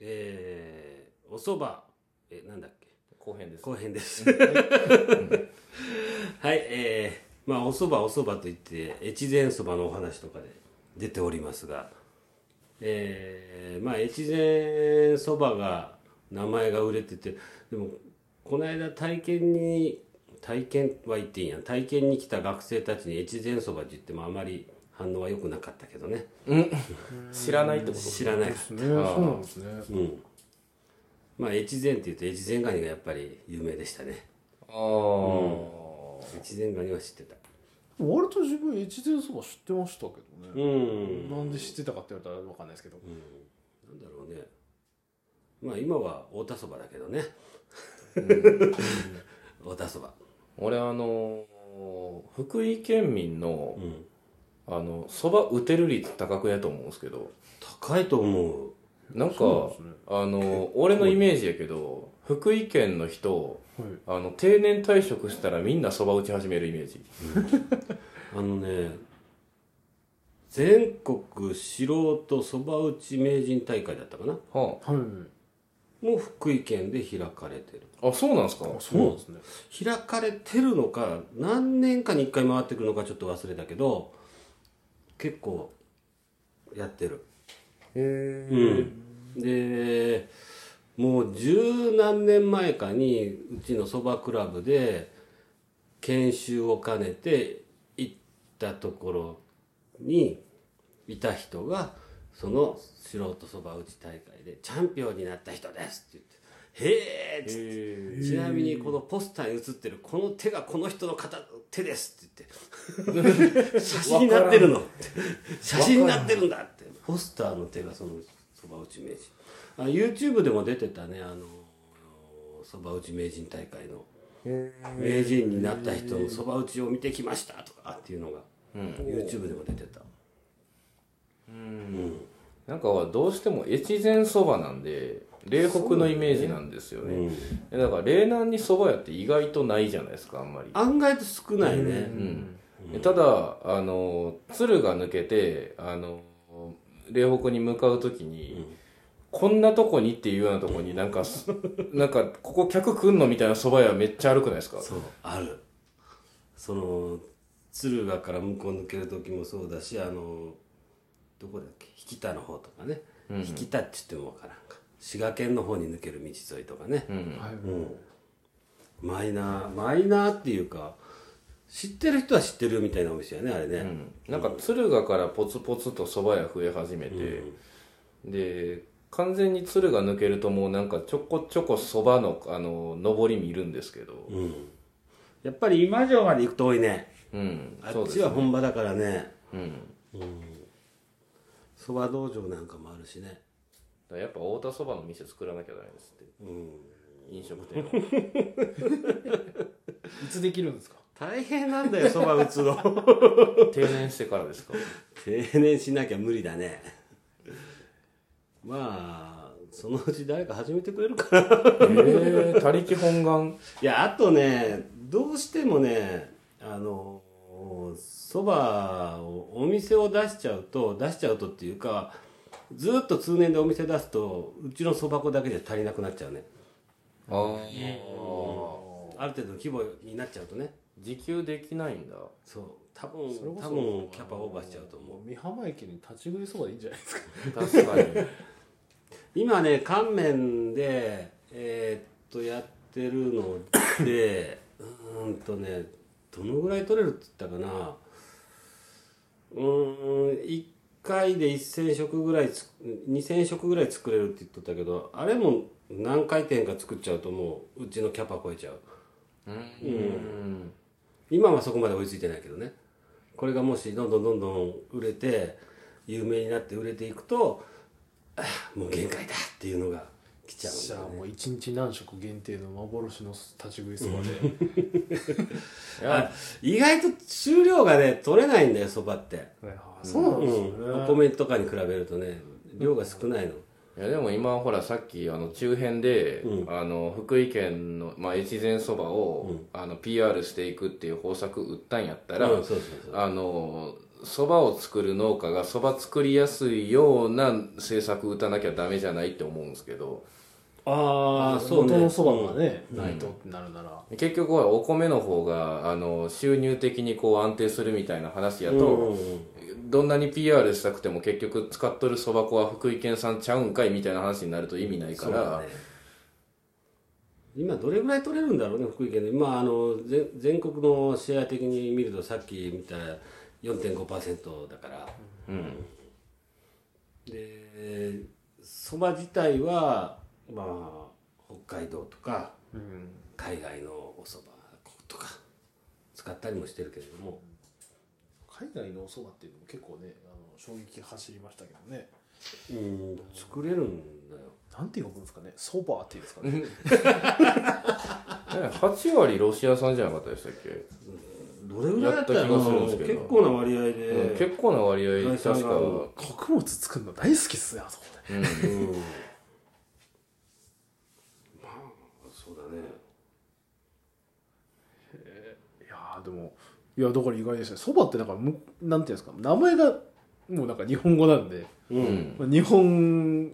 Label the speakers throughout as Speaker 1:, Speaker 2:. Speaker 1: えー、おそば、えー、なんだっけ
Speaker 2: 後編です
Speaker 1: 後編です。 はい、えー、まあおそばおそばといって越前そばのお話とかで出ておりますが、えー、まあ越前そばが名前が売れててでもこの間体験に体験は言っていいんや体験に来た学生たちに越前そばって言ってもあまり反応は良くなかったけどね
Speaker 2: 知らないってこと
Speaker 1: 知らない
Speaker 3: ですね。そうなんですね。
Speaker 1: うんまあ越前って言うと越前ガニがやっぱり有名でしたね
Speaker 2: ああ、
Speaker 1: 越前ガニは知ってた
Speaker 3: 割と自分越前そば知ってましたけど
Speaker 1: う
Speaker 3: ね。
Speaker 1: ん
Speaker 3: なんで知ってたかって言われたらわかんないですけど。
Speaker 1: なんだろうね。まあ今は太田そばだけどね。 太田そば。
Speaker 2: 俺あのー福井県民の
Speaker 1: うん。
Speaker 2: あのそば打てる率高くないと思うんですけど
Speaker 1: 高いと思う。
Speaker 2: なんか
Speaker 3: そうなんですね
Speaker 2: あの俺のイメージやけど福井県の人
Speaker 3: はい。
Speaker 2: あの定年退職したらみんなそば打ち始めるイメージ
Speaker 1: あのね、全国素人そば打ち名人大会だったかな
Speaker 2: は
Speaker 3: はい。
Speaker 1: もう福井県で開かれてる。
Speaker 2: ああそうなんですか
Speaker 3: あ、そうなんですね。
Speaker 1: 開かれてるのか、何年かに一回回ってくるのかちょっと忘れたけど、結構やってる。
Speaker 2: へ
Speaker 1: うん、でもう十何年前かにうちのそばクラブで研修を兼ねて行ったところにいた人がその素人そば打ち大会でチャンピオンになった人ですって言って「へえ!」っつって
Speaker 2: え
Speaker 1: ちなみにこのポスターに写ってるこの手がこの人の方の手ですって言って写真になってるの写真になってるんだってポスターの手がそのそば打ち名人あ YouTube でも出てたねあのそば打ち名人大会の名人になった人のそば打ちを見てきましたとかっていうのが、YouTube でも出てた
Speaker 2: なんかどうしても越前そばなんで冷北のイメージなんですよねえだから冷南にそば屋って意外とないじゃないですかあんまり
Speaker 1: 案外と少ないね、
Speaker 2: えただあの鶴が抜けてあの霊北に向かう時に、こんなとこにっていうようなとこになんかすなんかここ客来んのみたいな蕎麦屋めっちゃ歩くないですか
Speaker 1: そうあるその敦賀から向こう抜ける時もそうだしあのどこだっけ引田の方とかね、引田っちってもわからんか滋賀県の方に抜ける道沿いとかね、
Speaker 3: はい。
Speaker 1: うんマイナーマイナーっていうか知ってる人は知ってるよみたいなお店やねあれね、
Speaker 2: うんなんか敦賀からポツポツと蕎麦屋増え始めて、で完全に鶴が抜けるともうなんかちょこちょこ蕎麦のあの上り見るんですけど
Speaker 1: うんやっぱり今城まで行くと多いね
Speaker 2: うん
Speaker 1: あ
Speaker 2: そう
Speaker 1: っ
Speaker 2: で
Speaker 1: ち
Speaker 2: す
Speaker 1: は本場だからね
Speaker 2: うん
Speaker 1: そば、道場なんかもあるしね
Speaker 2: だからやっぱ太田蕎麦の店作らなきゃダメですっ
Speaker 1: う
Speaker 2: て
Speaker 1: ん
Speaker 2: 飲食店を
Speaker 3: いつできるんですか。
Speaker 1: 大変なんだよそば打つの
Speaker 2: 定年してからですか
Speaker 1: 定年しなきゃ無理だね まあそのうち誰か始めてくれるかな
Speaker 2: ええ他力本願
Speaker 1: いやあとねどうしてもねあのそばをお店を出しちゃうと出しちゃうとっていうかずっと通年でお店出すとうちのそば粉だけじゃ足りなくなっちゃうね
Speaker 2: ああ
Speaker 1: ある程度の規模になっちゃうとね
Speaker 2: 自給できないんだ
Speaker 1: そう多分
Speaker 3: それこそ
Speaker 1: 多分キャパオーバーしちゃうと思う
Speaker 3: もう美浜駅に立ち食いそばでいいんじゃないですか。
Speaker 2: 確 かに
Speaker 1: 今ね乾麺でえーっとやってるので うーんとねどのぐらい取れるって言ったかなうーん1回で1000食ぐらいつ2000食ぐらい作れるって言っとったけどあれも何回転か作っちゃうともううちのキャパ超えちゃう
Speaker 2: うん
Speaker 1: 今はそこまで追いついてないけどねこれがもしどんどんどんどん売れて有名になって売れていくとあもう限界だっていうのが来ちゃうん
Speaker 3: じ
Speaker 1: だ
Speaker 3: ゃ
Speaker 1: よ
Speaker 3: あ
Speaker 1: ね
Speaker 3: もう一日何食限定の幻の立ち食いそばで。
Speaker 2: い
Speaker 1: あ
Speaker 2: や
Speaker 1: 意外と収量がね取れないんだよそばって、
Speaker 3: あそうなん
Speaker 1: う
Speaker 3: です
Speaker 1: ん、お
Speaker 3: ね。
Speaker 1: 米とかに比べるとね量が少ないの、
Speaker 2: いやでも今ほらさっきあの中編で、あの福井県の、まあ、越前そばを、あの PR していくっていう方策打ったんやったら、
Speaker 1: うんそうそうそう
Speaker 2: あのそばを作る農家がそば作りやすいような政策打たなきゃダメじゃないって思うんですけど
Speaker 1: ああそうね
Speaker 3: 元のそばがね、ないとってなるなら、
Speaker 2: 結局はお米の方があの収入的にこう安定するみたいな話や
Speaker 1: うんうん
Speaker 2: と、
Speaker 1: うん
Speaker 2: どんなに PR したくても結局使っとるそば粉は福井県産ちゃうんかいみたいな話になると意味ないか
Speaker 1: そうだ
Speaker 2: ら
Speaker 1: ね、今どれぐらい取れるんだろうね福井県で、まあ、あの全全国のシェア的に見るとさっき見た4.5%だから、でそば自体はまあ北海道とか
Speaker 3: うん
Speaker 1: 海外のおそばとか使ったりもしてるけれども
Speaker 3: 海外のおそばっていうのも結構ねあの衝撃走りましたけどね
Speaker 1: うん作れるんだよ
Speaker 3: なんて呼ぶんですかねそばっていうんですかね、
Speaker 2: ね8割ロシア産じゃなかったでしたっけ、
Speaker 1: どれぐらいだったら
Speaker 2: やった気がするんですけど
Speaker 1: 結構な割合で、
Speaker 2: うん結構な割合確か、
Speaker 1: ロ
Speaker 3: 穀物作るの大好きっすねあそこね
Speaker 2: うん
Speaker 1: うんまあそうだね
Speaker 3: いやーでもいやだから意外ですねそばってだからむなんていうんですか名前がもうなんか日本語なんで、
Speaker 1: う
Speaker 2: うんん
Speaker 3: まあ日本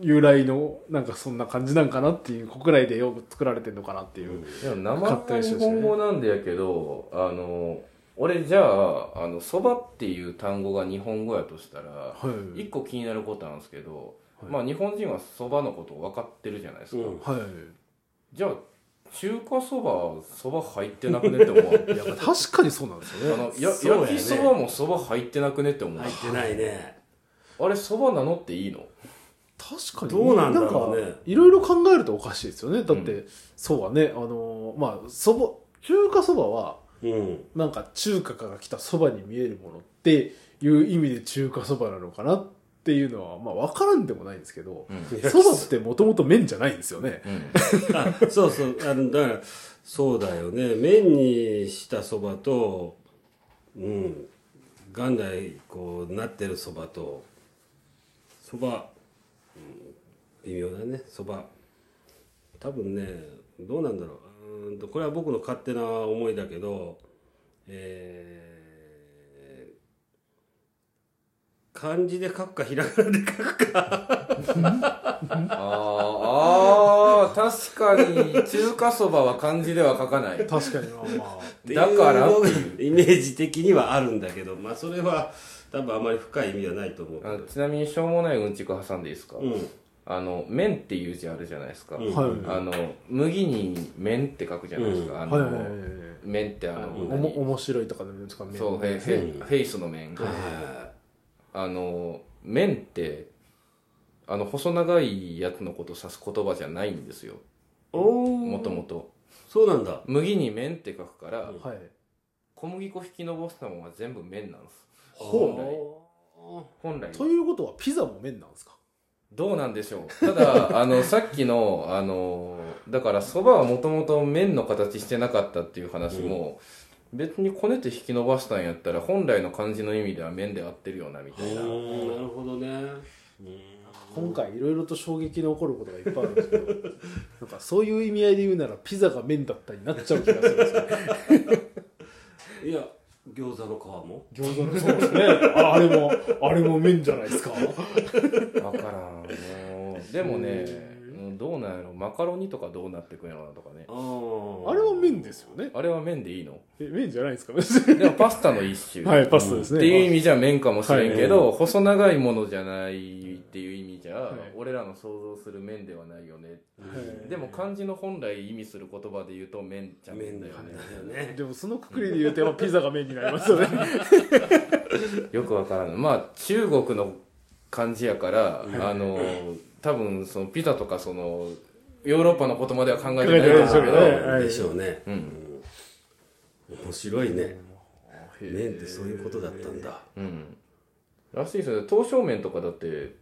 Speaker 3: 由来のなんかそんな感じなんかなっていう国内でよく作られてるのかなっていう、
Speaker 2: でも名前は日本語なんだけど、あの俺じゃああのそばっていう単語が日本語やとしたら
Speaker 3: はい
Speaker 2: 一個気になることなんですけど、
Speaker 3: はい
Speaker 2: まあ日本人はそばのこと分かってるじゃないですか、
Speaker 1: うん
Speaker 3: はい
Speaker 2: じゃあ中華そばそば入ってなくねって思 う
Speaker 3: いやまあ確かにそうなんです
Speaker 2: あ
Speaker 3: よね
Speaker 2: のや
Speaker 1: そうやね
Speaker 2: 焼きそばもそば入ってなくねって思う、
Speaker 1: 入ってないね
Speaker 2: あれそばなのっていいの
Speaker 3: 確かに
Speaker 1: どうなんだろうね
Speaker 3: かいろいろ考えるとおかしいですよねだっ
Speaker 2: う
Speaker 3: てそうはねあのーまあそば中華そばは
Speaker 1: うん
Speaker 3: なんか中華から来たそばに見えるものっていう意味で中華そばなのかなっていうのはまあ分からんでもないんですけど
Speaker 2: うん
Speaker 3: そばってもともと麺じゃないんですよね
Speaker 1: あそうそうあのだからそうだよね麺にしたそばとうん元来こうなってるそばとそば、うん、微妙だねそば多分ねどうなんだろううーんとこれは僕の勝手な思いだけどえー漢字で書くかひらがなで書く
Speaker 2: あーあー確かに中華そばは漢字では書 かない
Speaker 3: 確かにまあま
Speaker 1: ってい
Speaker 2: だ
Speaker 1: う
Speaker 2: から
Speaker 1: のがイメージ的にはあるんだけどまあそれは多分あまり深い意味はないと思うけ
Speaker 2: あ
Speaker 1: ど
Speaker 2: ちなみにしょうもないうんちく挟んでいいですか、
Speaker 1: うん
Speaker 2: あの麺っていう字あるじゃないですか、
Speaker 1: うん
Speaker 3: あはい
Speaker 2: あの麦に麺って書くじゃないですか、
Speaker 1: うん
Speaker 2: あ
Speaker 3: はいはい
Speaker 2: の
Speaker 3: はいはい
Speaker 2: 麺ってあの、
Speaker 1: うん
Speaker 3: おも面白いとかでもいいんですかね
Speaker 2: そうフェフェフェイスの麺、あの麺ってあの細長いやつのことを指す言葉じゃないんですよ
Speaker 1: おお
Speaker 2: もともと
Speaker 1: そうなんだ
Speaker 2: 麦に麺って書くから、
Speaker 1: うん
Speaker 3: はい
Speaker 2: 小麦粉引き伸ばしたもんは全部麺なんです
Speaker 1: ほ
Speaker 2: 本来は
Speaker 3: ということはピザも麺なんですか
Speaker 2: どうなんでしょうただ あのさっきのあのだからそばはもともと麺の形してなかったっていう話も、別にこねて引き伸ばしたんやったら本来の漢字の意味では麺で合ってるよなみ
Speaker 1: う
Speaker 2: たいな、
Speaker 1: なるほどね
Speaker 3: 今回いろいろと衝撃の起こることがいっぱいあるんですけどなんかそういう意味合いで言うならピザが麺だったになっちゃう気がするんですよ
Speaker 1: いや餃子の皮も
Speaker 3: 餃子のそうですねああれもあれも麺じゃないですか
Speaker 2: 分からんもうでもねうんどうなんやろマカロニとかどうなってくんやろなとかね
Speaker 1: あ
Speaker 3: あれは麺ですよね
Speaker 2: あれは麺でいいの
Speaker 3: え麺じゃないですか別に
Speaker 2: でもパスタの一種、
Speaker 3: はいパスタです
Speaker 2: っ
Speaker 3: ね
Speaker 2: ていう意味じゃ麺かもしれんけど、細長いものじゃないっていう意味じゃ、
Speaker 3: はい
Speaker 2: 俺らの想像する麺ではないよねって
Speaker 3: はい
Speaker 2: でも漢字の本来意味する言葉で言うと麺ちゃんだよ
Speaker 1: 麺だ
Speaker 2: ね
Speaker 1: よね
Speaker 3: でもそのくくりで言うとやっぱピザが麺になりますよね
Speaker 2: よくわからないまあ中国の漢字やから、あの多分そのピザとかそのヨーロッパのことまでは考えてないと思うけ
Speaker 3: 考えてないでしょうけ
Speaker 2: ど
Speaker 3: どねはい
Speaker 1: でしょうね
Speaker 2: うん
Speaker 1: 面白いね麺ってそういうことだったんだ
Speaker 2: うんらしいですよね刀削麺とかだって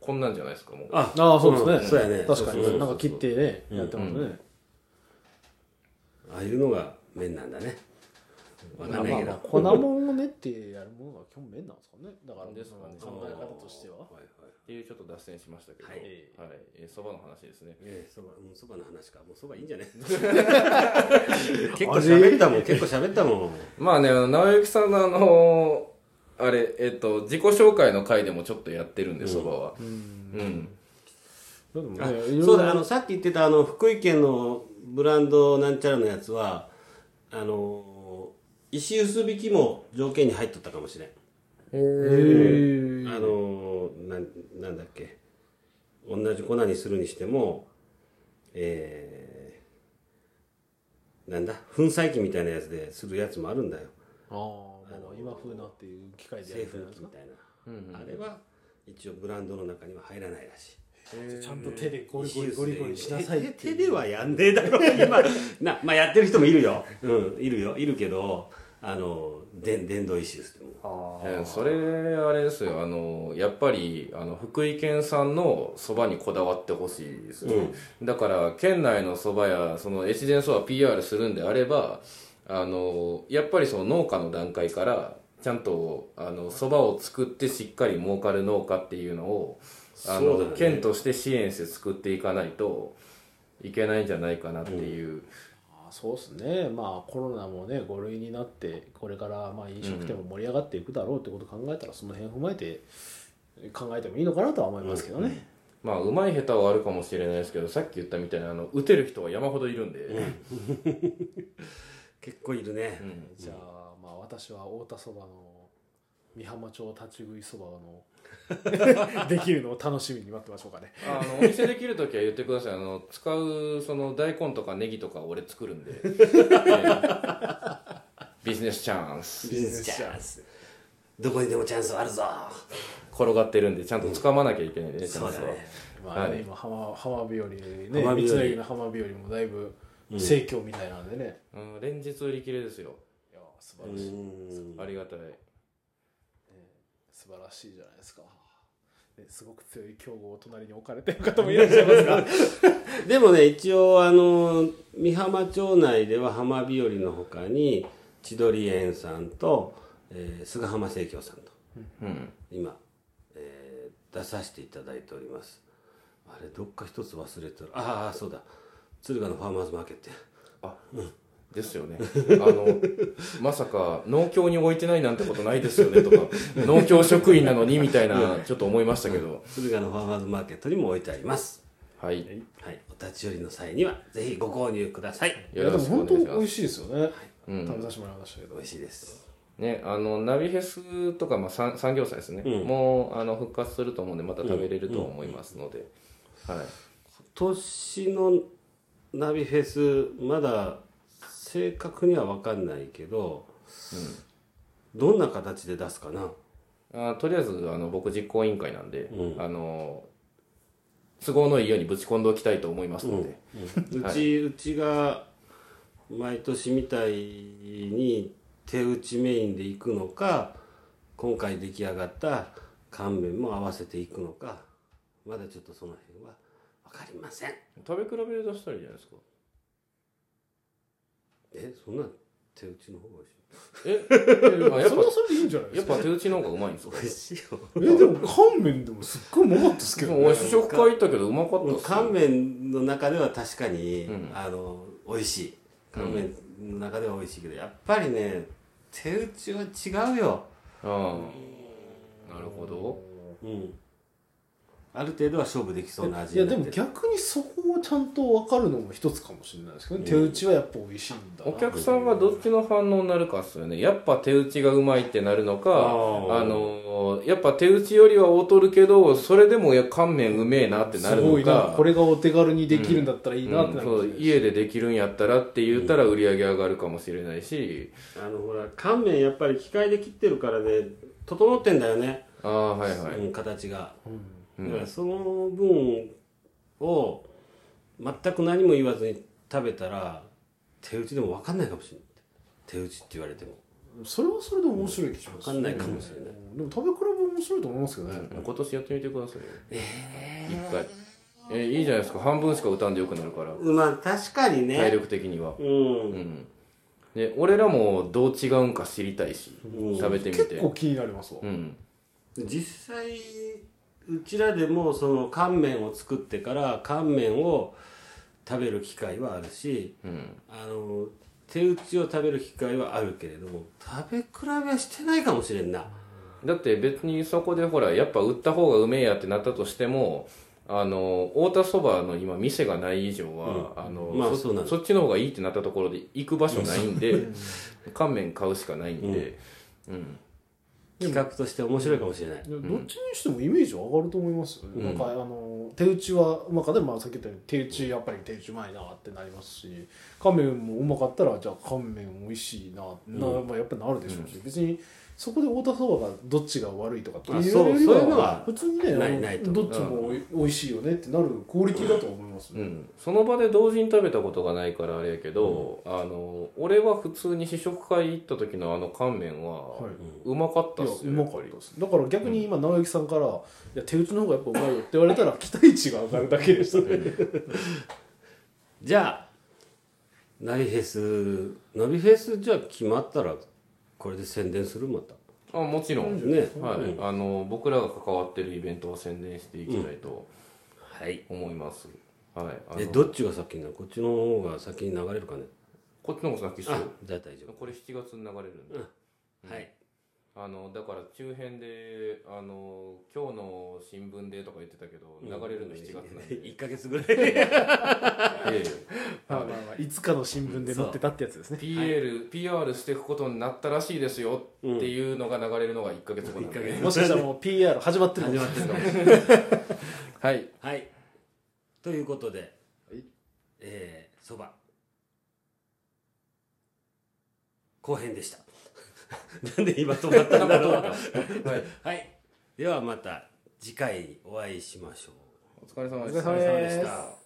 Speaker 2: こんなんじゃないですかもう
Speaker 1: あ
Speaker 3: ああそうですね
Speaker 1: そうやね
Speaker 3: 確かに
Speaker 1: そうそうそう
Speaker 3: なんか切ってね、
Speaker 1: うん
Speaker 3: やってますね、
Speaker 1: ああいうのが麺なんだねわかんないけど
Speaker 3: まあまあ粉もんをねってやるものが基本麺なんですかねだから
Speaker 2: ですかね
Speaker 3: 考え方としては
Speaker 1: はいはい
Speaker 2: っていうちょっと脱線しましたけど
Speaker 1: は
Speaker 2: はいいえーそば、の話ですね
Speaker 1: ええ、そば、うん、そばの話か、もうそばいいんじゃ ね。
Speaker 2: 結
Speaker 1: 結構喋ったもん、結構喋ったもん。
Speaker 2: まあね、あの直之さんのあのあれ、えっと、自己紹介の回でもちょっとやってるんで、そばは。うん。
Speaker 3: でもね
Speaker 1: あ
Speaker 3: いろいろ
Speaker 1: そうだあのさっき言ってたあの福井県のブランドなんちゃらのやつはあの石臼引きも条件に入っとったかもしれん、
Speaker 3: へえ
Speaker 1: あのなんなんだっけ同じ粉にするにしてもえー、なんだ粉砕機みたいなやつでするやつもあるんだよ
Speaker 3: ああもう今風なっていう機械でや
Speaker 1: 製
Speaker 3: るみ
Speaker 1: 粉機
Speaker 3: たいな
Speaker 1: みたいな、あれは一応ブランドの中には入らないらしい
Speaker 3: ちゃんと手でゴリゴリゴリゴリしなさいってい
Speaker 1: 手
Speaker 3: う
Speaker 1: 手ではやんねえだ ろ今な、まあ、やってる人もいるよ、うん、いるよいるけどあので電動石ですも
Speaker 2: えーそれあれですよあのやっぱりあの福井県産のそばにこだわってほしいですよ、だから県内のそばやその越前そば PR するんであればあのやっぱりその農家の段階からちゃんとあのそばを作ってしっかり儲かる農家っていうのを
Speaker 1: そ
Speaker 2: あ
Speaker 1: う
Speaker 2: の
Speaker 1: だよね
Speaker 2: 県として支援して作っていかないといけないんじゃないかなっていう、
Speaker 3: あーそうですねまあコロナもね5類になってこれからまあ飲食店も盛り上がっていくだろうってことを考えたら、その辺踏まえて考えてもいいのかなとは思いますけどね、
Speaker 2: まあうまい下手はあるかもしれないですけどさっき言ったみたいなあの打てる人は山ほどいるんで、
Speaker 1: 結構いるね、
Speaker 3: じゃあまあ私は太田そばの美浜町立ち食いそば のできるのを楽しみに待ってましょうかね
Speaker 2: あのお店できるときは言ってくださいあの使うその大根とかネギとか俺作るんで、ええビジネスチャンス
Speaker 1: ビジネスチャンスどこにでもチャンスはあるぞ
Speaker 2: 転がってるんでちゃんと掴まなきゃいけないね、チャ
Speaker 1: そ
Speaker 2: ン
Speaker 1: う
Speaker 2: ス
Speaker 1: だ
Speaker 2: は
Speaker 1: ね
Speaker 3: まあね、
Speaker 2: はい
Speaker 3: 今浜浜日和ね
Speaker 1: 浜日
Speaker 3: 三
Speaker 1: 和
Speaker 3: つなぎの浜日和もだいぶ盛況みたいなんでね、
Speaker 2: うん連日売り切れですよ
Speaker 3: いや素晴らしい、
Speaker 1: うん
Speaker 2: ありがたい
Speaker 3: 素晴らしいじゃないですか、ねすごく強い強豪を隣に置かれてる方もいらっしゃいますが
Speaker 1: でもね一応あの美浜町内では浜日和のほかに千鳥園さんと、えー、菅浜生協さんと
Speaker 2: うん
Speaker 1: 今、えー出させていただいておりますあれどっか一つ忘れてるああそうだ敦賀のファーマーズマーケットや
Speaker 2: あ、ですよねあのまさか農協に置いてないなんてことないですよねとか農協職員なのにみたいなちょっと思いましたけど、
Speaker 1: 敦賀のファーマーズマーケットにも置いてあります
Speaker 2: はい
Speaker 1: はいお立ち寄りの際にはぜひご購入ください
Speaker 3: いや
Speaker 2: よ
Speaker 3: で
Speaker 2: ろ
Speaker 3: も
Speaker 2: しくお
Speaker 3: 本
Speaker 2: 願いし
Speaker 3: 当
Speaker 2: ま
Speaker 3: 美味
Speaker 2: す
Speaker 3: しいですよね、
Speaker 2: うん
Speaker 3: 食べさせてもらいましたけど
Speaker 1: 美味しいです
Speaker 2: ね、あのナビフェスとか、まあ、産産業祭ですね、
Speaker 1: うん
Speaker 2: もうあの復活すると思うんでまた食べれると思いますので、はい、
Speaker 1: 今年のナビフェスまだ正確には分かんないけど、どんな形で出すかな
Speaker 2: あとりあえずあの僕実行委員会なんで、
Speaker 1: う
Speaker 2: あの都合のいいようにぶち込んでおきたいと思いますので、
Speaker 1: うち、うちが毎年みたいに手打ちメインで行くのか今回出来上がった乾麺も合わせていくのかまだちょっとその辺は分かりません
Speaker 2: 食べ比べで出したらいいじゃないですか
Speaker 1: えそんな手打ちの方が
Speaker 2: えあやっ
Speaker 3: そ
Speaker 2: ぱ
Speaker 3: れはそれでいいんじゃないで
Speaker 2: や
Speaker 3: す
Speaker 2: っ
Speaker 3: か
Speaker 2: ぱ手打ちの方がうまいんですか
Speaker 1: 美味しいよ
Speaker 3: えでも乾麺でもすっごいうまかったですけ
Speaker 2: で
Speaker 3: ど、
Speaker 2: も俺
Speaker 3: ね、
Speaker 2: 試食会行ったけどうまかったっすよ
Speaker 1: 乾麺の中では確かに、
Speaker 2: うん
Speaker 1: あの美味しい乾麺の中では美味しいけど、やっぱりね手打ちは違うよ
Speaker 2: ああなるほど
Speaker 1: うんある程度は勝負できそうな味
Speaker 3: いや
Speaker 1: にな
Speaker 3: で
Speaker 1: って
Speaker 3: も
Speaker 1: る
Speaker 3: 逆にそこをちゃんと分かるのも一つかもしれないですけどね、手打ちはやっぱ美味しいんだな
Speaker 2: お客さんがどっちの反応になるかっすよねやっぱ手打ちがうまいってなるのか
Speaker 1: あ
Speaker 2: あ
Speaker 1: ー
Speaker 2: のーやっぱ手打ちよりは劣るけどそれでもいや乾麺うめえなってな
Speaker 3: す
Speaker 2: るの
Speaker 3: ごいな
Speaker 2: か
Speaker 3: これがお手軽にできるんだったらいいなってなるかも
Speaker 2: う
Speaker 3: しれ
Speaker 2: ん
Speaker 3: な
Speaker 2: そう
Speaker 3: い
Speaker 2: 家でできるんやったらって言ったら売り上げ上がるかもしれないし、
Speaker 1: あのほら乾麺やっぱり機械で切ってるからね整ってんだよね、
Speaker 2: ああはいはい、
Speaker 1: うん形が、
Speaker 2: うん
Speaker 1: だからその分を全く何も言わずに食べたら手打ちでも分かんないかもしれない手打ちって言われても
Speaker 3: それはそれで面白い気します
Speaker 1: 分かんないかもしれない、
Speaker 3: でも食べ比べ面白いと思いますけどね、
Speaker 2: 今年やってみてくださいよ一回えーいいじゃないですか半分しか歌んでよくなるから
Speaker 1: うんまあ確かに
Speaker 2: 体
Speaker 1: ね
Speaker 2: 力的には
Speaker 1: う
Speaker 2: うんんで俺らもどう違うんか知りたいし、
Speaker 1: うん
Speaker 2: 食べてみ
Speaker 3: 結
Speaker 2: て
Speaker 3: 構気になりますわ、
Speaker 2: うん
Speaker 1: 実際うちらでもその乾麺を作ってから乾麺を食べる機会はあるし
Speaker 2: うん
Speaker 1: あの手打ちを食べる機会はあるけれども食べ比べはしてないかもしれんな
Speaker 2: だって別にそこでほらやっぱ売った方がうめえやってなったとしてもあの太田そばの今店がない以上は、あの
Speaker 1: まあ
Speaker 2: そ
Speaker 1: そうなんです
Speaker 2: そっちの方がいいってなったところで行く場所ないんで乾麺買うしかないんで、うん
Speaker 1: 企画として面白いかもしれない、
Speaker 3: どっちにしてもイメージ上がると思いますよね、
Speaker 2: うん
Speaker 3: なんかあの手打ちはうまかったら、まあ、さっき言ったように手打ちやっぱり手打ちうまいなってなりますし乾麺もうまかったらじゃあ乾麺美味しいな、なまあ、やっぱりなるでしょうし、別にそこで太田そばがどっちが悪いとかっていうより
Speaker 1: あそうそういうの
Speaker 3: は
Speaker 1: は
Speaker 3: 普通にねあの
Speaker 1: ないないと
Speaker 3: どっちも美味しいよねってなるクオリティだと思います、
Speaker 2: うん、その場で同時に食べたことがないからあれやけど、あの俺は普通に試食会行った時のあの乾麺は
Speaker 3: はい、
Speaker 2: うまかっ
Speaker 3: い
Speaker 2: た
Speaker 3: や
Speaker 2: っす
Speaker 3: う
Speaker 2: よ、
Speaker 3: まかったですだから逆に今直之さんから「いや手打ちの方がやっぱうまいよ」って言われたら期待値が上がるだけでしたね
Speaker 1: じゃあナビフェスナビフェスじゃあ決まったらこれで宣伝するまた
Speaker 2: あもちろん、
Speaker 1: ね
Speaker 2: はい
Speaker 1: うん
Speaker 2: あの僕らが関わってるイベントを宣伝していきたいと
Speaker 1: はい
Speaker 2: 思います、はいあの
Speaker 1: えどっちが先になるこっちの方が先に流れるかね
Speaker 2: こっちの方が先っし
Speaker 1: あ
Speaker 2: よ
Speaker 1: じゃあ大丈
Speaker 2: これ7月に流れるんで、
Speaker 1: 夫はい
Speaker 2: あのだから中編であの「今日の新聞で」とか言ってたけど流れるの7月な んで、
Speaker 1: 1ヶ月ぐらい
Speaker 2: え
Speaker 3: まあまあまあ、いつかの新聞で載ってたってやつです
Speaker 2: え
Speaker 3: ね。
Speaker 2: PL PR していくことになったらしいですよっていうのが流れるのが1ヶ月後なんで、
Speaker 1: うん一ヶ
Speaker 3: もしかしたらもう PR 始まってるかもしれない。
Speaker 2: はい
Speaker 1: はいということで、えーそば後編でした なんで今止まったんだろうはい、ではまた次回お会いしましょう
Speaker 2: お疲れ様
Speaker 3: お
Speaker 2: で
Speaker 3: 疲
Speaker 2: し
Speaker 3: れ
Speaker 2: た
Speaker 3: 様
Speaker 1: お疲れ様
Speaker 3: で
Speaker 1: でし
Speaker 3: す
Speaker 1: た。